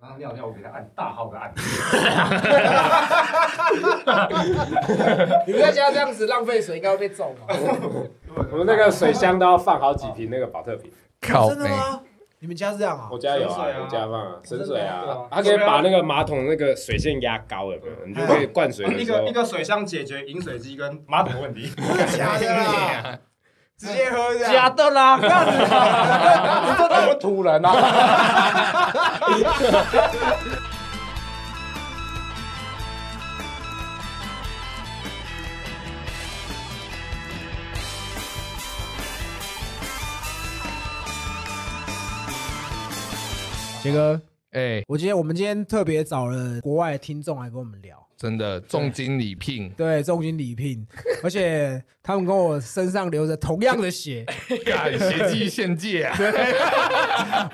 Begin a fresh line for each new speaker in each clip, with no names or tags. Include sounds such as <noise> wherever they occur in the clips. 刚刚尿尿，我给他按大号的按钮。
你们在家这样子浪费水，应该会被揍吧？
<laughs>
我们那个水箱都要放好几瓶那个保特瓶，
靠
真的
背，
吗？你们家是这样
<laughs>
啊
我？家有
省水啊
我家放啊，省水
真的啊
啊，它可以把那个马桶那个水线压高，有没有？你就可以灌水的
一
时
个
候
一，个水箱解决饮水机跟马桶的问题。
真的假的啦？直接 <laughs> 喝这
假
样？
的啦，干你啦！啊 <laughs> 你这怎么突然啊？
杰哥，
哎，
我今天我们今天特别找了国外的听众来跟我们聊，
真的重金礼 <laughs> 聘，
对，重金礼聘，而且他们跟我身上流着同样的血
干血祭献祭啊！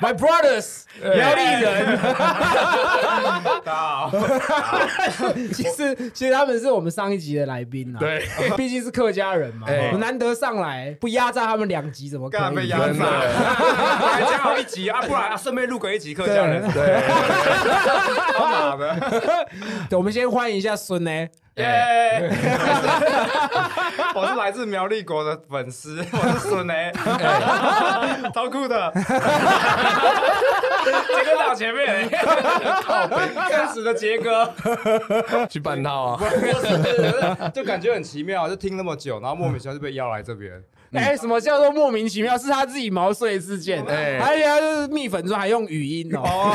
，My brothers，苗栗人。
大家好，
<laughs> 其实其实他们是我们上一集的来宾啊，
对，
毕竟是客家人嘛，
哎
我难得上来，不压榨他们两集怎么可
刚被
以？
压
真
榨，
的
<laughs> 还加好一集啊，不然啊顺便录个一集客家人。对， <laughs> 他妈的，
对我们先欢迎一下孙呢，
哎
耶！ <laughs> 我是来自苗栗国的粉丝，我是孙雷， <laughs> 超酷的。杰哥到前面，欸真实的杰哥。
去办套啊！
就感觉很奇妙，就听那么久，然后莫名其妙就被邀来这边。
哎、什么叫做莫名其妙？是他自己毛遂自荐，
哎
而且他就是蜜粉说还用语音哦、
哦，
<laughs>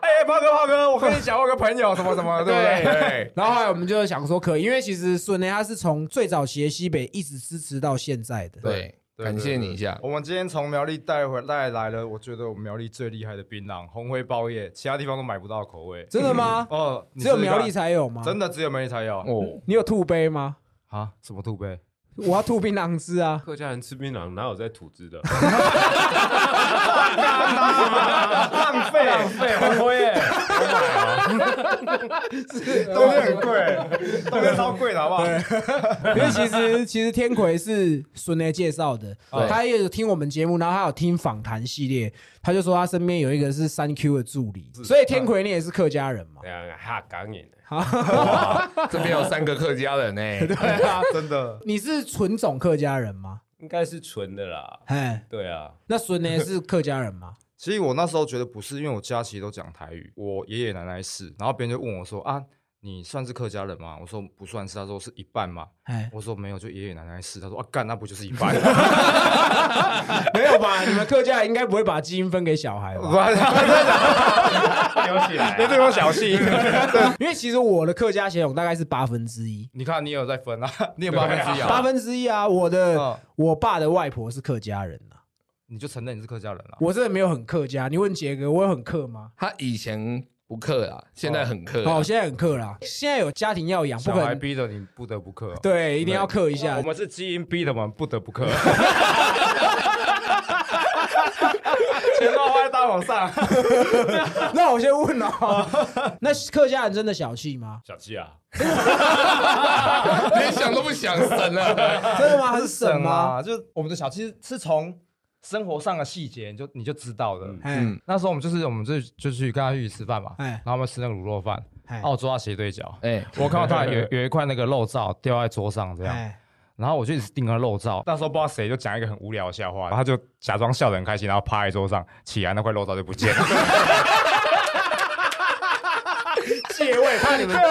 哎，胖哥，胖哥，我跟你讲，我有个朋友什么什么，对不对？对，
然后后来我们就想说可以，因为其实孙呢他是从最早斜西北一直支持到现在的，
对，
对
感谢你一下。
我们今天从苗栗带回带来了，我觉得我们苗栗最厉害的槟榔，红灰包叶，其他地方都买不到口味。
真的吗？
哦， <laughs> 你
只有
试试看
苗栗才有吗？
真的只有苗栗才有
哦，
你有吐杯吗？
啊？什么兔杯？
我要吐槟榔汁
<laughs>
啊！
客家人吃槟榔哪有在吐 <laughs> 汁的？
浪费浪费
啊
红灰耶，都是很贵，都是超贵的好不好？
因为其实其实天葵是孙雷介
<laughs>
绍的，
对
他也有听我们节目，然后他有听访谈系列，他就说他身边有一个是三 Q 的助理，所以天葵你也是客家人嘛？
<laughs> 对啊，哈港人，
这边有三个客家人哎 <laughs> 呢。
对啊，真的。
你是纯种客家人吗？
应该是纯的啦。
哎，
对啊，
那孙雷是客家人
<laughs>
吗？
其实我那时候觉得不是，因为我家其实都讲台语，我爷爷奶奶是，然后别人就问我说啊，你算是客家人吗？我说不算是，他说是一半嘛，
哎，
我说没有，就爷爷奶奶是，他说啊干，那不就是一半？ <laughs>
没有吧？ <laughs> 你们客家人应该不会把基因分给小
<laughs>
孩吧？
丢起来
别对我小气。
因为其实我的客家血统大概是八分之一，
<laughs> 你看你也有在分啊，你有八分之一
八
啊，
分之一啊！我的
嗯
我爸的外婆是客家人啊，
你就承认你是客家人了。
我真的没有很客家。你问杰哥，我有很客吗？
他以前不客啊，现在很客啊。
哦，现在很克啦，现在有家庭要养，不
小
可
孩
能
逼的你不得不克哦，
对，一啊定要克一下
我。们是基因逼的，我们不得不克。钱包花在刀口上，
那我先问哦，那客家人真的小气吗？
小气啊，
<laughs> 连想都不想，神 <laughs> 了。
真的吗？很省
省
吗？
啊，就是我们的小气是从生活上的细节，你就你就知道的。
哎
嗯，
那时候我们就是我们就就去跟他去吃饭嘛，
哎
然后我们吃那个卤肉饭，
哎
然后我抓他斜对角，
哎，
我看到他
<laughs>
有有一块那个肉燥掉在桌上这样，
哎，
然后我就一直盯着肉燥，那时候不知道谁就讲一个很无聊的笑话，然后他就假装笑得很开心，然后趴在桌上，起来那块肉燥就不见了。
<laughs> 借位怕你
<laughs>
们给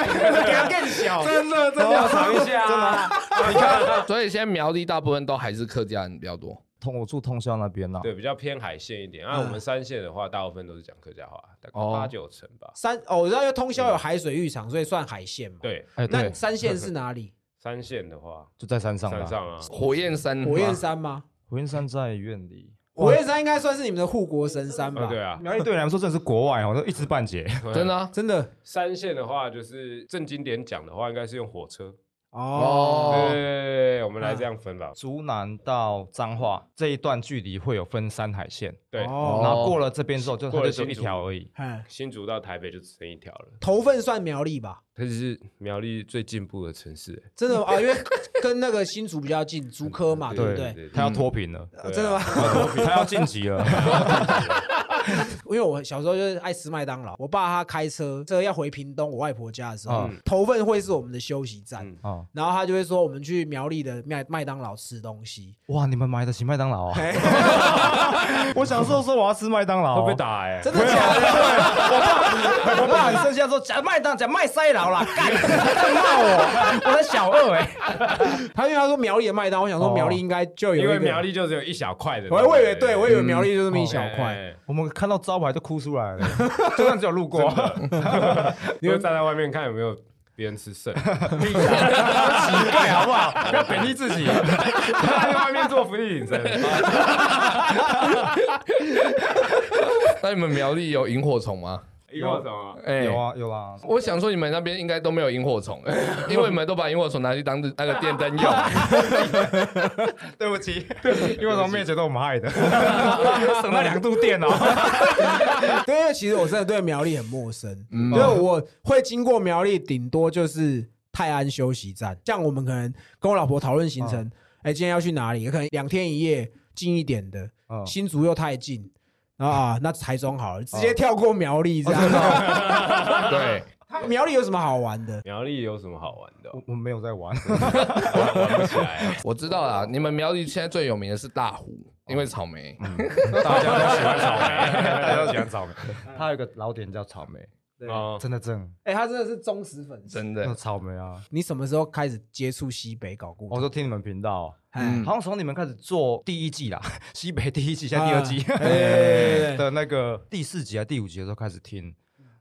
<laughs> 他更小，真的真的
尝一下，真
啊
的。
所以现在苗栗大部分都还是客家人比较多。
<laughs> 通我住通宵那边啦，啊
对，比较偏海线一点。啊，
嗯
我们三线的话，大部分都是讲客家话，大概
哦
八九成吧。
三哦，我知道，因为通宵有海水浴场，所以算海线嘛。，
对，
哎
那
对，
三线是哪里？
三线的话，
就在山上啦
山。上啊，
火焰山，
火焰，山吗？
火焰山在院里，
火焰山应该算是你们的护国神山吧
呃
啊？对啊，
苗栗对你来说真的是国外哦，都一知半 <laughs> 解。
真的啊
真的
<laughs> 三线的话，就是正经点讲的话，应该是用火车。
哦。嗯
哦
对，我们来这样分吧。
竹南到彰化这一段距离会有分山海线，
对，
哦
然后过了这边之后就
过
它
了
就只有一
新竹
条而已。
哎，
新竹到台北就只剩一条了。
头份算苗栗吧？
它是苗栗最进步的城市、欸
<laughs> 真的啊，因为跟那个新竹比较近，竹科嘛，对不啊
对
对？
对对
嗯它要脱贫了，
真的吗？
<laughs>
对啊
它要晋级了。
<laughs> 因为我小时候就是爱吃麦当劳，我爸他开车车要回屏东我外婆家的时候
嗯，
头份会是我们的休息站
嗯，
哦，
然后他就会说我们去苗栗的麦麦当劳吃东西， <laughs>
哇，你们买得起麦当劳啊？
哎
<laughs> 我小时候说我要吃麦当劳，
会被。打哎、
真的假的？ <laughs> 我爸，我爸很生气，他说假麦当假麦塞劳 <laughs> 啦，干，他骂我， <laughs> 我的小二哦哎、他因为他说苗栗的麦当，我想说苗栗应该就有一
因
个
为苗，栗就只有一小块的，欸
我还我以为对，我以为
嗯
苗栗就这么一小
哎
块。
哎
我们看到招牌都哭出来了， <laughs> 就算只有路过。
你会站在外面看有没有别人
<laughs>
吃剩， <laughs>
乞丐好不好？不要贬低自 <laughs> 己。
在外面做
<laughs>
福利隐身，
那你们苗栗有萤火虫吗？
一个什么？
哎
有啊有啊，
我想说你们那边应该都没有萤火虫， <laughs> 因为你们都把萤火虫拿去当那个电灯
<laughs>
用。
对不起， <laughs> 因为什么灭绝都我们害的， <laughs> 省了两度电哦。
对，因为其实我真的对苗栗很陌生，
嗯
因为我会经过苗栗，顶多就是泰安休息站。像我们可能跟我老婆讨论行程，哎、今天要去哪里？可能两天一夜近一点的，
<laughs> 嗯
新竹又太近，然后啊，那台中好了，直接跳过苗栗这样。 <laughs>
对，
它苗栗有什么好玩的？
苗栗有什么好玩的哦？
我我没有在玩， <laughs>
玩不起来，
我知道啦。你们苗栗现在最有名的是大湖，因为草莓。
嗯
大家都喜欢草莓，大家都喜欢
<laughs>
草莓。它有一个老点叫草莓，
哦
真的正
哎、他真的是忠实粉丝。
真
那
的，
草莓啊！
你什么时候开始接触西北搞故
我
事？
就听你们频道，哦
哎
嗯
好像从你们开始做第一季啦，西北第一季，现在第二季。
啊
<laughs>
哎
的那个第四集还第五集的时候开始听，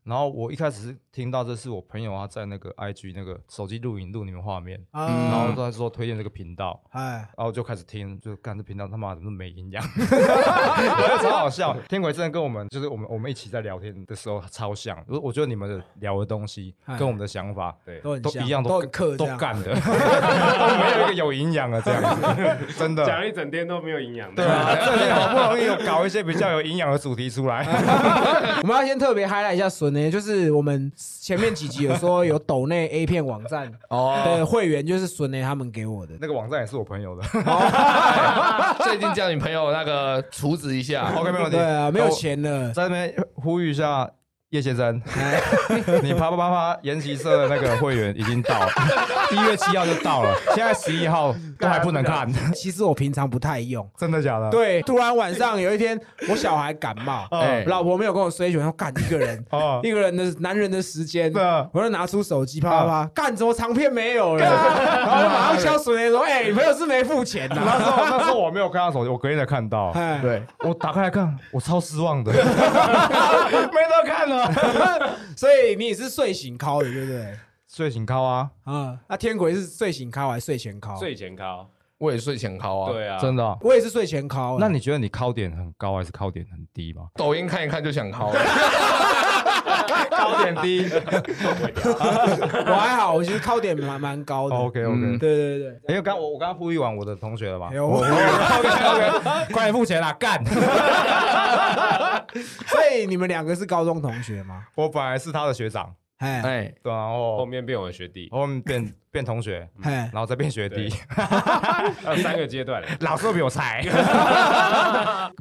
然后我一开始是听到这是我朋友他在那个 IG 那个手机录影录你们画面，然
啊，
后他说推荐这个频道，
哎，
然后我就开始听，就干这频道他妈怎么那么没营养， <laughs> 我觉得超好笑。天鬼真的跟我们就是我们我们一起在聊天的时候超像，我我觉得你们的聊的东西
哎
跟我们的想法
对
都很
都
像
一样，
都很
都
克这
都
样
干
<laughs>
的，都没有一个有营养的这样子，真的。
讲一整天都没有营养的，
对啊，这里好不容易有搞一些比较有营养的主题出来， <laughs>
我们要先特别 highlight 一下孙呢，就是我们前面几集有说有抖内 A 片网站
哦，
的会员，就是孙呢他们给我的。
那个网站也是我朋友的。
<laughs>
<laughs>
最近叫你朋友那个处置一下。
<laughs>
OK，没问题
对。啊，没有
那我
钱了。
在那边呼吁一下叶先 <laughs> 生，你啪啪啪啪研习社的那个会员已经 <laughs> 到了，一月七号就到了，现在十一号都还不能看，
其实我平常不太用。
真的假的？，
对，突然晚上有一天，我小孩感冒，
哎
老婆没有跟我睡，我说干一个人，
哦，
一个人的男人的时间，
对啊
我就拿出手机啪啪啪，干怎么长片没有了？然后就马上敲水雷说：“哎，你朋友是没付钱呐
那时候那时候我没有看到手机，我隔天才看 <laughs> 到？”，
哎，
对，
我打开来看，我超失望的，没 <laughs> 得看了。
所以你也是睡醒敲的，对不对？
睡醒靠啊，
啊，那天鬼是睡醒敲还是睡前敲？
睡前高，
我也睡前靠啊。，
对啊，
真的哦。
我也是睡前敲。
那你觉得你靠点很高还是靠点很低吗？
抖音看一看就想
<laughs>
靠。
靠点 <laughs> 低。
我还好，我其实靠点蛮蛮高的。
OK OK
嗯。
对对
因
对
为哦哎刚我我刚呼吁完我的同学了嘛
哎，呦
我 OK，快点 <laughs> 付钱啦，啊干！
对， <laughs> 所以你们两个是高中同学吗？
我本来是他的学长，
哎
哎，
对啊，然
后
后
面变我的学弟，
后面
<laughs>
变变同学，
哎
然，后再变学弟，
还有三个阶段，
老师都比我
<laughs>
菜。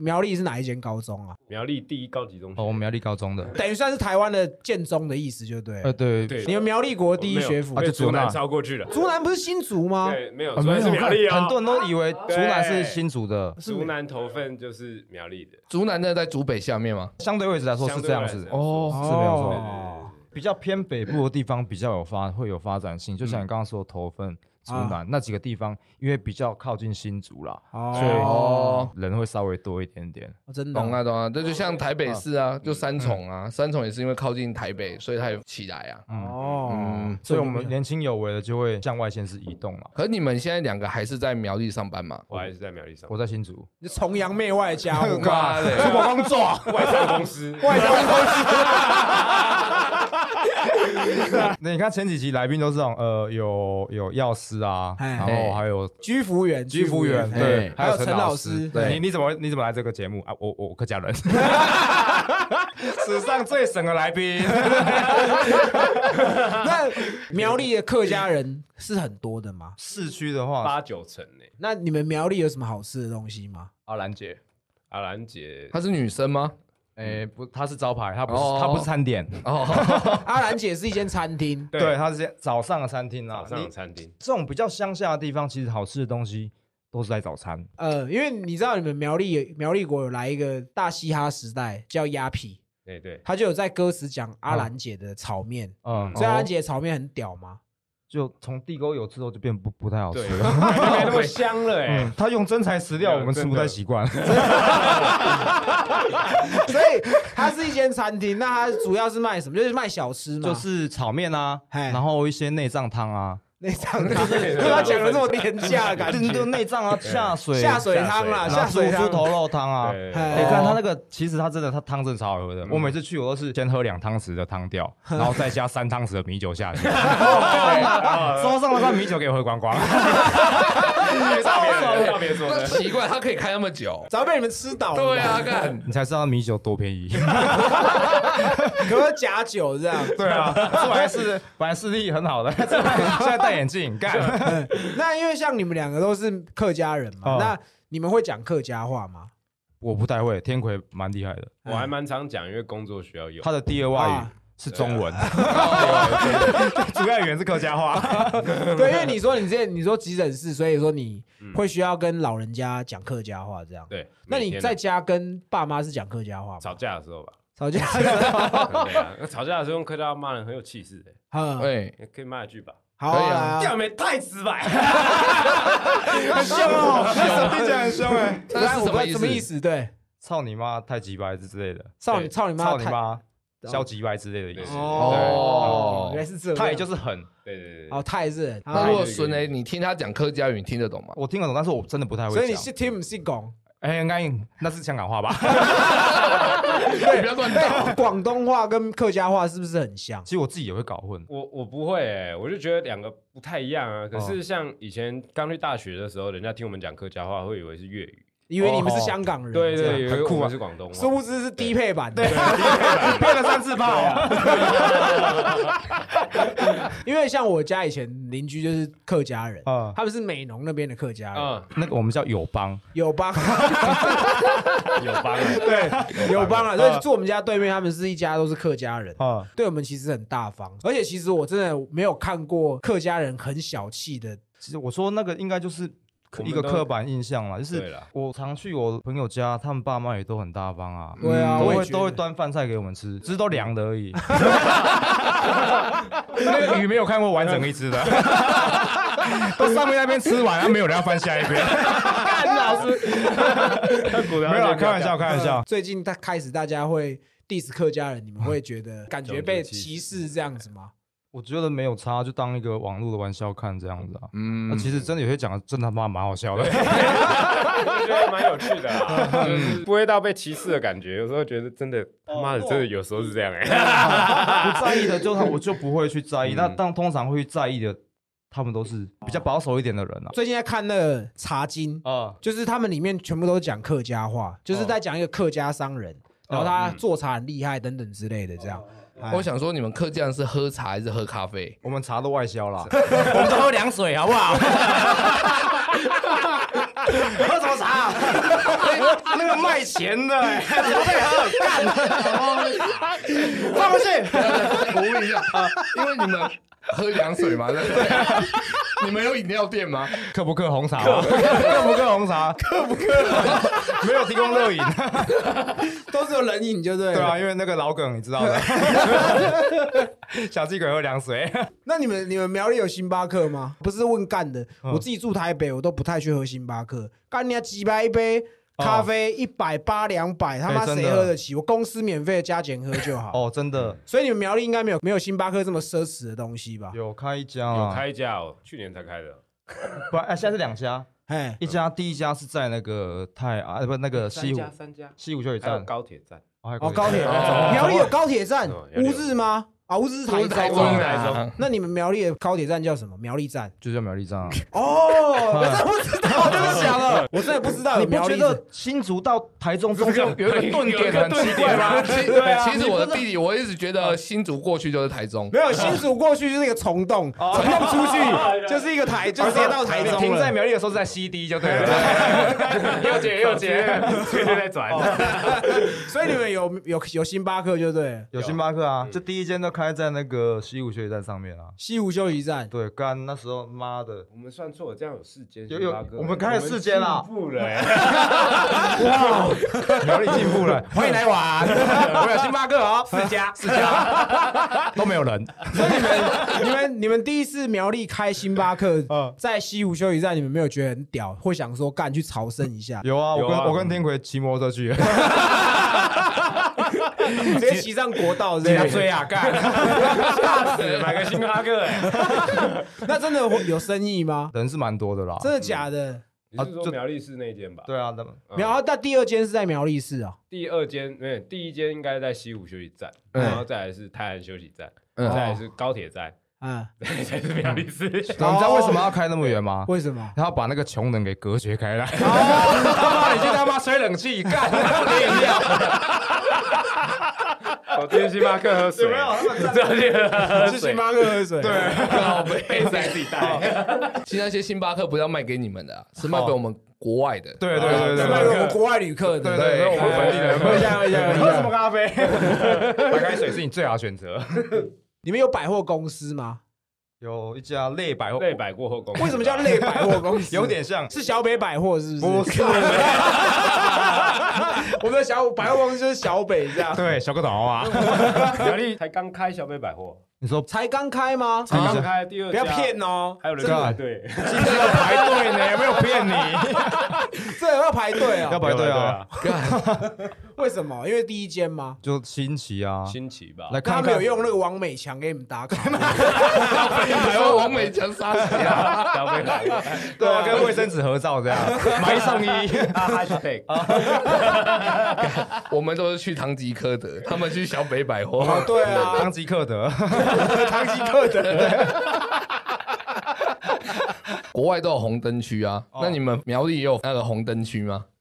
苗栗是哪一间高中啊？
苗栗第一高级中学，
哦，我们苗栗高中的，
等于算是台湾的建中的意思，就对了。
呃，对，
对，
你们苗栗国第一学府
啊
我，
就
被
竹
竹
南
南超过去了，
竹南不是新竹吗？
对，没有，
啊
竹南是苗栗
很
啊，
多人都以为竹南是新竹的，
竹南头份就是苗栗的，
竹南那在竹北下面吗？
相对位置来说是这样子
相对位置来，说
哦，是没有错。
哦
比较偏北部的地方比较有发会有发展性，就
嗯
像你刚刚说的头份、竹
啊
南那几个地方，因为比较靠近新竹啦，所
哦
以人会稍微多一点点。
真的
懂
哦。
啊懂啊，这就像台北市啊，就
嗯
三重啊，三重也是因为靠近台北，所以它也起来啊。
哦
嗯，
所以我们年轻有为的就会向外县市移动了。
可你们现在两个还是在苗栗上班吗？
我还是在苗栗上
我
班，
在新竹，，
你崇洋媚外的家伙
妈
嘞
什么工作？啊
外商公司，
外商公司
那你看前几集来宾都是这种，呃，有有药师啊，
哎
然后还有
居服务员，
居服员，
哎
对，
还有
陈
陈
老
老
师
师。。哎
对
你你怎么你怎么来这个节目啊？我我我客
<laughs>
家人，史上最省的来
<laughs>
宾。
那苗栗的客家人是很多的吗？
市区的话，
八九成呢，
那你们苗栗有什么好吃的东西吗？ <laughs>
阿兰姐，
阿兰姐
她是女生吗？
嗯
哎，不，它是招牌，它不是
哦
它不是餐点，
哦， <laughs>
阿兰姐是一间餐厅，
对，它是早上的餐厅啦
早。上
你
有餐厅，
这种比较乡下的地方，其实好吃的东西都是在早餐。
呃，因为你知道你们苗栗苗栗国有来一个大嘻哈时代叫鸭皮，
对哎对，
他就有在歌词讲阿兰姐的炒面，
嗯，
所以阿兰姐的炒面很屌嘛。
就从地沟油之后就变不不太好吃
<laughs> 对，
了。
没那么香了哎
嗯，，他用真材实料，
没有
我们吃不
真的
太习惯。
<laughs> 所以它是一间餐厅，那它主要是卖什么？就是卖小吃嘛， <laughs>
就是炒面啊，
嘿
然后一些内脏汤啊，
内脏汤。 <laughs>
对
他啊讲的这么廉价的
<laughs>
感
就就
觉，
内脏啊，下水
下水汤啦，
然
下
后
水
猪
汤
猪头肉汤啊。
对
你
哎。
看他那个，其实他真的，他汤真的超好喝的。我每次去，我都是先喝两汤匙的汤 <laughs> 调，然后再加三汤匙的米酒 <laughs> 下去，桌上那罐米酒给我喝光 <laughs> 光。啊
别照别人，照别人说
那
的，
奇怪，他可以开那么久
早被你们吃倒了。
对啊，，干
你才知道米酒多便宜。
可不可以假酒这样？
对 <laughs> 啊，本来是本来视力很好的， <laughs> 现在戴眼 <laughs> 镜干。
那因为像你们两个都是客家人嘛，
哦
那你们会讲客家话吗？
我不太会，天葵蛮厉害的，
我还蛮常讲，因为工作需要用
他。的第二外语
啊
是中 <laughs> 文， <laughs> 主要语言是客家话。
对，因为你说你之前你说急诊室，所以说你会需要跟老人家讲客家话这样。
对，
那
每
你
天啊
在
的
家跟爸妈是讲客家话吗？
吵架的时候吧？
吵架的话，
对啊，那吵架的时候用客家话骂人很有气势的，
嗯，
对，
你可以骂一句吧？
好
哎可以啊
啊，
没太直白，
很凶哦。
听起来很凶哎，
那是什
我不知
么
道
意
什么意
思？
思？对，
操你妈，太鸡掰之类的，
操你
对
操你妈！
操你妈，消极掰之类的意思。
哦，
对
原来是这样。
他也就是狠，
对对对
哦，
对，
泰是，
那
好
如果孙雷，你听他讲客家语，你听得懂 <laughs> 吗？
我听得懂，但是我真的不太会
所
讲。
以你是听不是讲？
哎，应该那是香港话吧？ <laughs>
你不要乱打。
对，哎广东话跟客家话是不是很像
其？实我自己也会搞 <laughs> 混。
我我不会哎，我就觉得两个不太一样啊。可是像以前刚去大学的时候，人家听我们讲客家话会以为是粤语，
以为你们是香港人，
对
嗯这样
对，以为
很酷啊
我们是广东
殊
话。
不知是低配版的。
变了三次炮，
<laughs>
啊 <laughs>
因为像我家以前邻居就是客家人，
嗯
他们是美浓那边的客家人，
嗯，
那个我们叫友邦，
友邦啊 <laughs>
有帮啊。
友邦嗯啊，所以住我们家对面，他们是一家都是客家人。
啊，
对我们其实很大方，而且其实我真的没有看过客家人很小气的，
其实我说那个应该就是
我们
一个
都
刻板印象啦，就
对
是
啦
我常去我朋友家，他们爸妈也都很大方啊，
对啊，
都
我
会
也觉得
都会端饭菜给我们吃，只是都凉的而已。那个鱼没有看过完整一只的， <laughs> 都上面那边吃完，然后啊没有人要翻下一边。
干老师。
没有啊，开玩笑，开玩笑。
<laughs> 最近他开始大家会 diss 客家人，你们会觉得感觉被
种族
歧
歧
视这样子吗？
我觉得没有差，就当一个网络的玩笑看这样子啊。那、
嗯，
其实真的有些讲的真他妈蛮好笑的，
我觉得蛮有趣的啦，就是不会到被歧视的感觉。有时候觉得真的他妈的，
哦
真的有时候是这样哎。
不在意的就他我就不会去在意。那但通常会去在意的，他们都是比较保守一点的人啊。
最近在看那个《茶经》，
啊、
就是他们里面全部都讲客家话，就是在讲一个客家商人，然后他做茶很厉害等等之类的这样。
我想说，你们客家人是喝茶还是喝
<laughs>
咖啡？
我们茶都外销啦，
我们都喝凉水好不好？
喝什么茶？那个卖钱的、欸，
放过去。
我问一下啊，因为你们喝凉水嘛，对 <laughs> 不对？你们有饮料店吗？
克不克红茶、啊？克不克红茶？克不 <laughs> 克？没有提供热饮，
<laughs> 都是有冷饮就对了。
对啊，因为那个老梗你知道的，小气鬼喝凉水。
那你们你们苗栗有星巴克吗？不是问干的，我自己住台北，我都不太去喝星巴克。干你家几百一杯咖啡一百八两百，他妈
哎真的
谁喝得起？我公司免费的加减喝就好。嗯
哦，真的
所以你们苗栗应该没有没有星巴克这么奢侈的东西吧？
有开一家啊，
有开一家哦，去年才开的，
不，哎，现在是两家，
哎，
一家第一家是在那个泰啊，不，那个西湖
三家，
西湖就有
还有
站，
高铁站，
哦，还有
哦，高铁
哦
苗栗有高铁站
哦，苗栗
乌
有
日吗？啊，乌兹是台中
台
台
中
中
台中
啊。那你们苗栗的高铁站叫什么？苗栗站。
就叫苗栗站啊。
哦，我真的不知道，真的假的？我真的不知道。
你不
苗
觉
栗
得新竹到台中中间有一个顿点很奇怪
对
吗
啊，？其其实我的地理，我一直觉得新竹过去就是台中
没，有新竹过去就是一个虫洞，虫洞出
<laughs>
<laughs>
哎
去 <laughs> 就是一个台，就直接到台中
停在
了。
苗栗的时候是在西堤就对了。又解又 <laughs> 解，
对对在转，
所以你们有有有星巴克，就对了。
有星巴克啊，这第一间都开在那个西湖休息站上面啊。
西湖休
<laughs>
息站，
对，干那时候妈的，
我们算错了，这样有四间
有
星巴克，
有我们开了四间啦
我们进步了
<laughs>
欸，
苗栗进步了，
欢迎来 <laughs> 玩。
我有星巴克哦，四家 <laughs> 四家都没有人，
所以你们你们你们第一次苗栗开星巴克
嗯，
在西湖休息站，你们没有觉得很屌，会想说干去朝圣一下，
有啊，我跟
有啊
我跟天奎骑摩托车去，
直接骑上国道这样追啊干。
吓死，买个星巴克
<laughs>
哎。
啊
那真的会有生意吗？
<laughs> 人是蛮多的啦。
真的假的？
你是说
就
苗栗市那间吧？
对啊，那
嗯
苗那第二间是在苗栗市啊，
第二间没有，第一间应该在西湖休息站，
嗯
然后再来是泰安休息站，
嗯
再来是高铁站， <laughs>
嗯，
再来是苗栗市。
你知道为什么要开那么远吗？
为什么？
然后把那个穷人给隔绝开来。 <laughs> <laughs> 他妈，你去他妈吹冷
<laughs>
气干！
我哦今天星巴克喝水， <laughs>
是星巴克喝水。对，
靠背
杯子 <laughs> 还自己
哦
带。
其实那些星巴克不是要卖给你们的啊，是卖给我们国外的。
对对对对
卖给
对
我们国外旅客
对
的。
对，我们本地人
喝一下，喝一下，喝一下。
咖啡？ <laughs> 白开水是你最好的选 <laughs> 择。
你们有百货公司吗？
有一家类百货，
类百过后公司，
为什么叫类百货公司？
有点像，
是小北百货，是
不
不是？
是？
我们的小百货公司就是小北这样。
对，小个岛啊。
苗栗才刚开小北百货，
你 <laughs> 说
才刚开吗？
才刚开第二，
不要骗，哦，
还有人
真的
排队，
今天要排队呢，有没有 <laughs> 骗你？
这有要排队
要
啊？
排队啊，，
为什么？因为第一间吗？
就新奇啊，
新奇吧？
来
他
看看
们有用那个王美强给你们打卡吗，
台湾哎王美强杀死啊！ <laughs>
小北百 <laughs> 货
对啊，跟卫生纸合照这 <laughs> 样，买一送一。
啊，hashtag
我们都是去唐吉诃德，他们去小北百
哦
货。
对啊，
唐吉诃 <laughs> 德，
唐吉诃德
国外都有红灯区啊，
哦
那你们苗栗也有那个红灯区吗？
<laughs>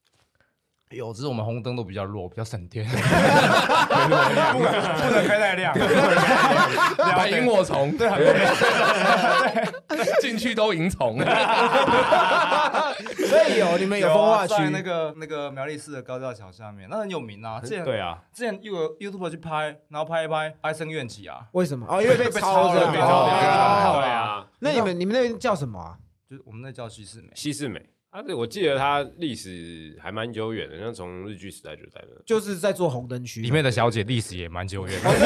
有，只是我们红灯都比较弱，比较省 <laughs> 电，不能不能开太 <laughs> 亮。
白萤火虫，对， <laughs> 进去都萤虫。
啊
<laughs> 所以有你们有风化区
啊在那个那个苗栗市的高架桥下面，那很有名啊。之前
对啊，
之前又有 YouTube 去拍，然后拍一拍，唉声怨气啊。
为什么？哦，因为被抄
被抄了
的。哦
被
对
抄了被抄
哦
了
哦
啊，
那你们你们那边叫什么啊？
就是我们那叫西式美，
西式美。啊，对，我记得它历史还蛮久远的，像从日据时代就在那。
就是在做红灯区
里，面的小姐历史也蛮久远 <laughs> 的。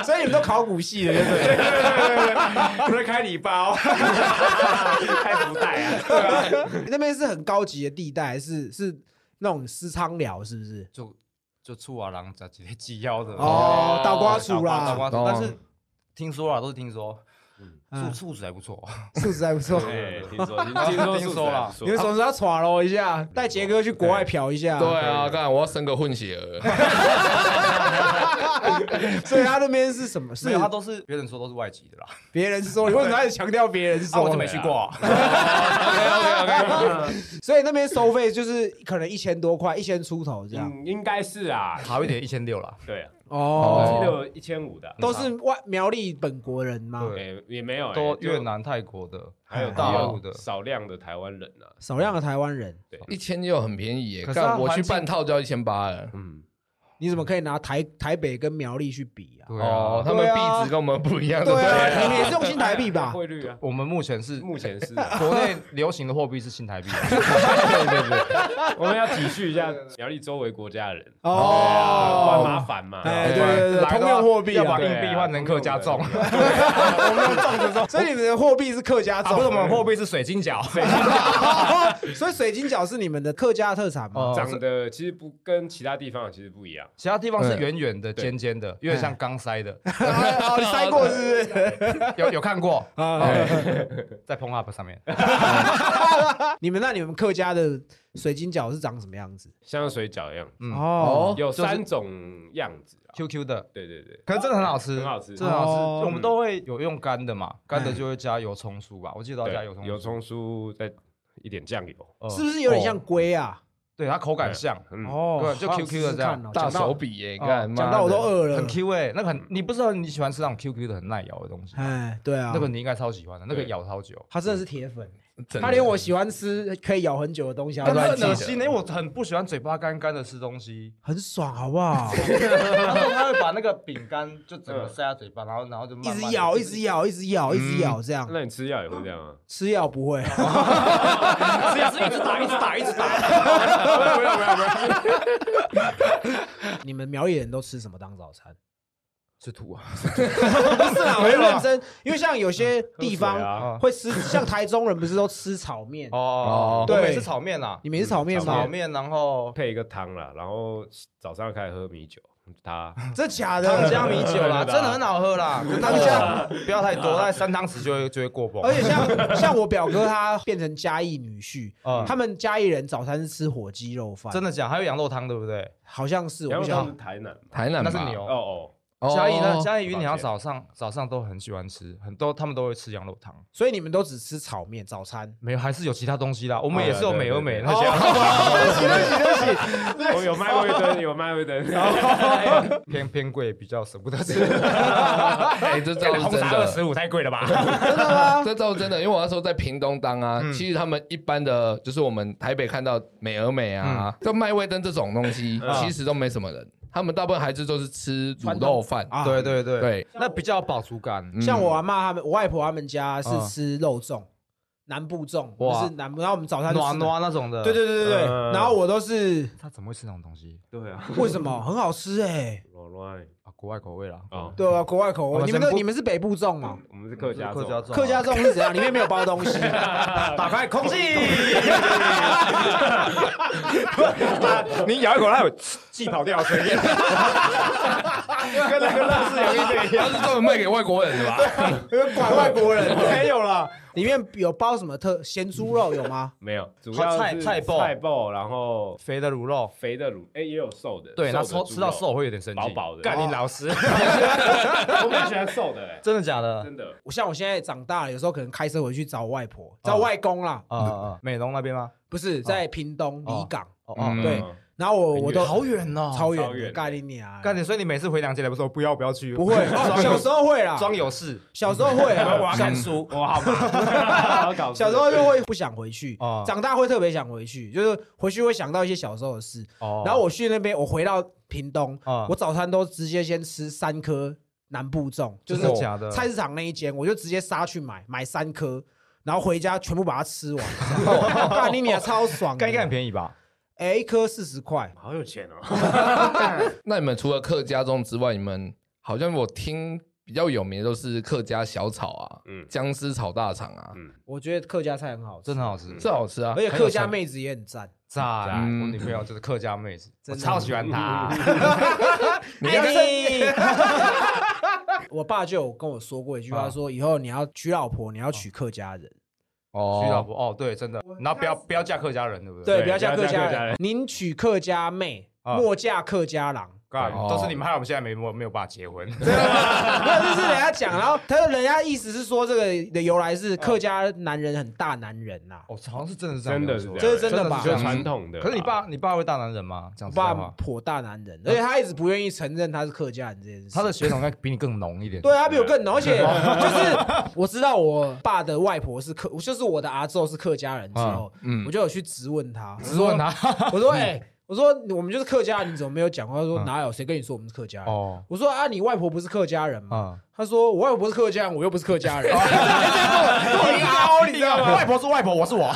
<laughs> 所以你们都考古系的，对不对？
不是开礼包，
<laughs> 太福袋啊！ <laughs>
那边是很高级的地带，是是那种私娼寮，是不是？
就 <laughs> 就啊出瓦郎加几鸡腰的
哦，倒瓜
倒
鼠
瓜倒
啦，
瓜
哦
但是听说啊啦，都是听说，素
嗯
素质还不错。
素质还不错。
对，哎听说听说
听
啊听
说
说
啦
了，
你们什么时候要耍喽一下？带杰哥去国外嫖一下。
对啊，刚才我要生个混血儿。
所以他那边是什么？是
没有，他都是别人说都是外籍的啦。
别人是说，你为什么还是强调别人是
啊，
说？
我就没
<laughs>
去过 <laughs> 啊。
所以那边收费就是可能一千多块，一千出头这样。
<laughs> 嗯，应该是啊，
好一点一千六啦，
对啊，我
哦，
记得有一千五的，
都是外苗栗本国人吗？
对，也没有欸
多越，
就
南、泰国的，
还有
大陆
也
的
有。少量的台湾人啊，
少量的台湾人，
一千六很便宜耶，
可是它啊
干我去
环境
半套就要一千八了。
嗯，
你怎么可以拿台台北跟苗栗去比啊？
对
哦
啊，，
他们
对啊
币值跟我们不一样，对不
对
对？
啊，你们也是用新台币吧？
汇率啊，
我们目前是
目前是，
国内流行的货币是新台币，啊 <laughs>
我们要体恤一下苗栗周围国家的人，啊不然麻
哦，
烦嘛，
哎，对
啊
对对，
来
通
的话
用货币
要
啊
把，硬币换成客家重，
<laughs> 所以你们的货币是客家
啊不
种
是我，们货币是水晶 <laughs> 饺，
<laughs> 所以水晶饺是你们的客家特产吗？
哦
长得其实不跟其他地方其实不一样，
其他地方是
嗯
圆圆的、尖尖的，有点像钢塞的。
<laughs> 哦，你塞过是不是？
有有看过，
啊，
<laughs> 对在 p o n Up 上面，
哦你们那你们客家的水晶饺是长什么样子？
像水饺一样，
嗯
哦，
有
就是
三种样子啊。
，QQ 的。
对对对，
可是这个很好吃，
很好吃嗯
真的很好吃。
哦哎
我们都会有用干的嘛，干的就会加油葱酥吧，我记得要加
对
油葱酥。
油葱酥再一点酱油，
呃
是不是有点像龟啊？
对，它口感像，
嗯，
哦
对就
好想
QQ
试试
的这样
看哦
大
讲到
手笔耶，你
哦
看，
讲
妈
讲到我
的
都饿了，
很 Q 哎，那个
嗯
很，你不知道你喜欢吃那种 QQ 的很耐咬的东西，
哎，对啊，
那个你应该超喜欢的，那个咬超久。
他真的是铁粉，
真的
他连我喜欢吃可以咬很久的东西，他
但
都
是
还
很
记得
恶心呢，因为我很不喜欢嘴巴干干的吃东
<laughs>
西。
很爽，好不好？
然后他会把那个饼干就整个
嗯
塞在嘴巴，然后然后就慢
一
慢地
直咬，一直咬，一直咬，一直咬，这样
那你吃药也会这样啊？
吃药不会。 <laughs>
是也是一直打，一直打，一
<laughs>
直打。
你们苗栗人都吃什么当早餐？ <laughs>
吃土啊，
不是啦，啊我是认真，因为像有些地
喝水啊
方哦
啊
会吃，像台中人不是都吃炒面？
哦，
对
我每次炒面啦，
你们也是炒面
炒
吗？
面，然后
配一个汤啦，然后早上开始喝米酒，它
这假
糖
的？
加米酒
<laughs>
啦，真的很好喝啦，可
糖加
不要太多，大概三汤匙就会就会过崩。
而且像像我表哥他变成嘉义女婿，
嗯
他们嘉义人早餐是吃火鸡肉饭，
真的假？还有羊肉汤，对不对？
好像是我
然
不
后
晓
它
得
是台南嘛，
台南
那
吧
是牛
哦哦，
哦
嘉义呢？嘉义云娘早上早上都很喜欢吃，很多他们都会吃羊肉汤。
所以你们都只吃炒面早餐。
没有，还是有其他东西啦。我们
哦
也是有
对
美而
对
美
对
那些啊，哦
<laughs> 我有卖味灯，有卖味
<laughs>
灯，
偏偏贵，比较舍不得吃。
哎，这招是
红
真
茶二
的，
十五太贵了吧？
这招是真的，因为我那时候在屏东当啊，其实他们一般的，就是我们台北看到美而美啊，就麦味登这种东西，其实都没什么人，他们大部分还是都是吃卤肉饭，
<laughs>
啊
对对对，
对，
那比较有饱足感。
嗯
像我阿妈他们，我外婆他们家是
嗯
吃肉粽，南部粽，不
哇
是南部。然后我们早餐就
暖
吃的，
暖那种的，
对对对对对。
嗯
然后我都是
他怎么会吃那种东西
对啊，
为什么很好吃哎？
罗乱
啊？国外口味啦，
啊，
对啊，国外口
我
味。
们
你们那
全部
你们是北部粽吗？
哦
我们是客家
客家
粽，
粽啊，
客家粽是怎样？里面没有
<laughs>
包东西。
打开空气，
<laughs> 你咬一口，它有气跑掉的声音，跟那个乐事有一点一
<laughs> 他是专门卖给外国人的吧？
拐外国人 <laughs> 没有啦，里面有包什么特咸猪肉有吗？
没有，主要
菜
是
菜爆
菜爆，然后
肥的卤肉，
肥的卤，哎，也有瘦的，
对，那
瘦
吃
的猪
吃到
肉
瘦，会有点生气，
饱饱的
干你老师，
我蛮喜欢瘦的，哎，
<laughs> 真的假的？
真的，
我像我现在长大了，有时候可能开车回去找我外婆、找我外公啦，
啊啊，啊美容那边吗？
不是在屏东
哦
离港，
哦
嗯
哦，
对
嗯 <laughs>
然后我我都
好远哦，
超远
超
的，
远
概念啊，
干你，所以你每次回娘家来，不是说不要不要去，<laughs>
不会，哦小时候会啦，
装有事，
小时候会
<laughs>
啊，
我要看书，
我好忙，好搞笑
小时候就会不想回去
哦，
长大会特别想回去，就是回去会想到一些小时候的事。
哦
然后我去那边，我回到屏东，
哦
我早餐都直接先吃三颗南部粽，就
真
是
的假的？
菜市场那一间，我就直接杀去买，买三颗，然后回家全部把它吃完。
<laughs>
干你娘，超爽的！
该应该很便宜吧？
哎，一颗四十块，
好有钱哦，
那你们除了客家粽之外，你们好像我听比较有名的都是客家小炒啊，
嗯
姜丝炒大肠啊，
嗯
我觉得客家菜很好吃，
真的好吃，
这好吃啊
而。且客家妹子也很赞。
炸！
嗯
我女朋友就是客家妹子，我
真的
超喜欢她。
<laughs> 我爸就有跟我说过一句话，
啊
说以后你要娶老婆，你要娶客家人，
哦
娶老婆哦，对，真的。然后不要不要嫁客家人，对不对？
对，
对
不要嫁
不
客
要嫁
家
客家
人
人。
您娶客家妹，
啊
莫嫁客
<laughs>
家郎。
干
哦
都是你们害我们现在没没没有办法结婚。
没有，就是人家讲，然后他人家意思是说这个的由来
啊
是客家男人很大男人呐、
哦，好像是真的是
真的
样
是
说
这
这
样，
是真的吧
就是传统的。啊
可是啊你 <laughs> 爸，你爸会大男人吗？讲
我
实在
爸
话，
颇大男人，而且他一直不愿意承认他是客家人这件事。
他的血统应该比你更浓一点。
对他比我更浓，而且就是我知道我爸的外婆是客，就是我的阿昼是客家人之后，
嗯
我就有去质问他，
只啊是问他
我说，我说哎、我说我们就是客家人，你怎么没有讲话？他说
嗯
哪有谁跟你说我们是客家人？
哦，
我说啊，你外婆不是客家人吗？
嗯，
他说我外婆不是客家人，我又不是客家
<laughs>
人， <laughs> 我硬凹，你知道吗？
外婆是外婆，我是我。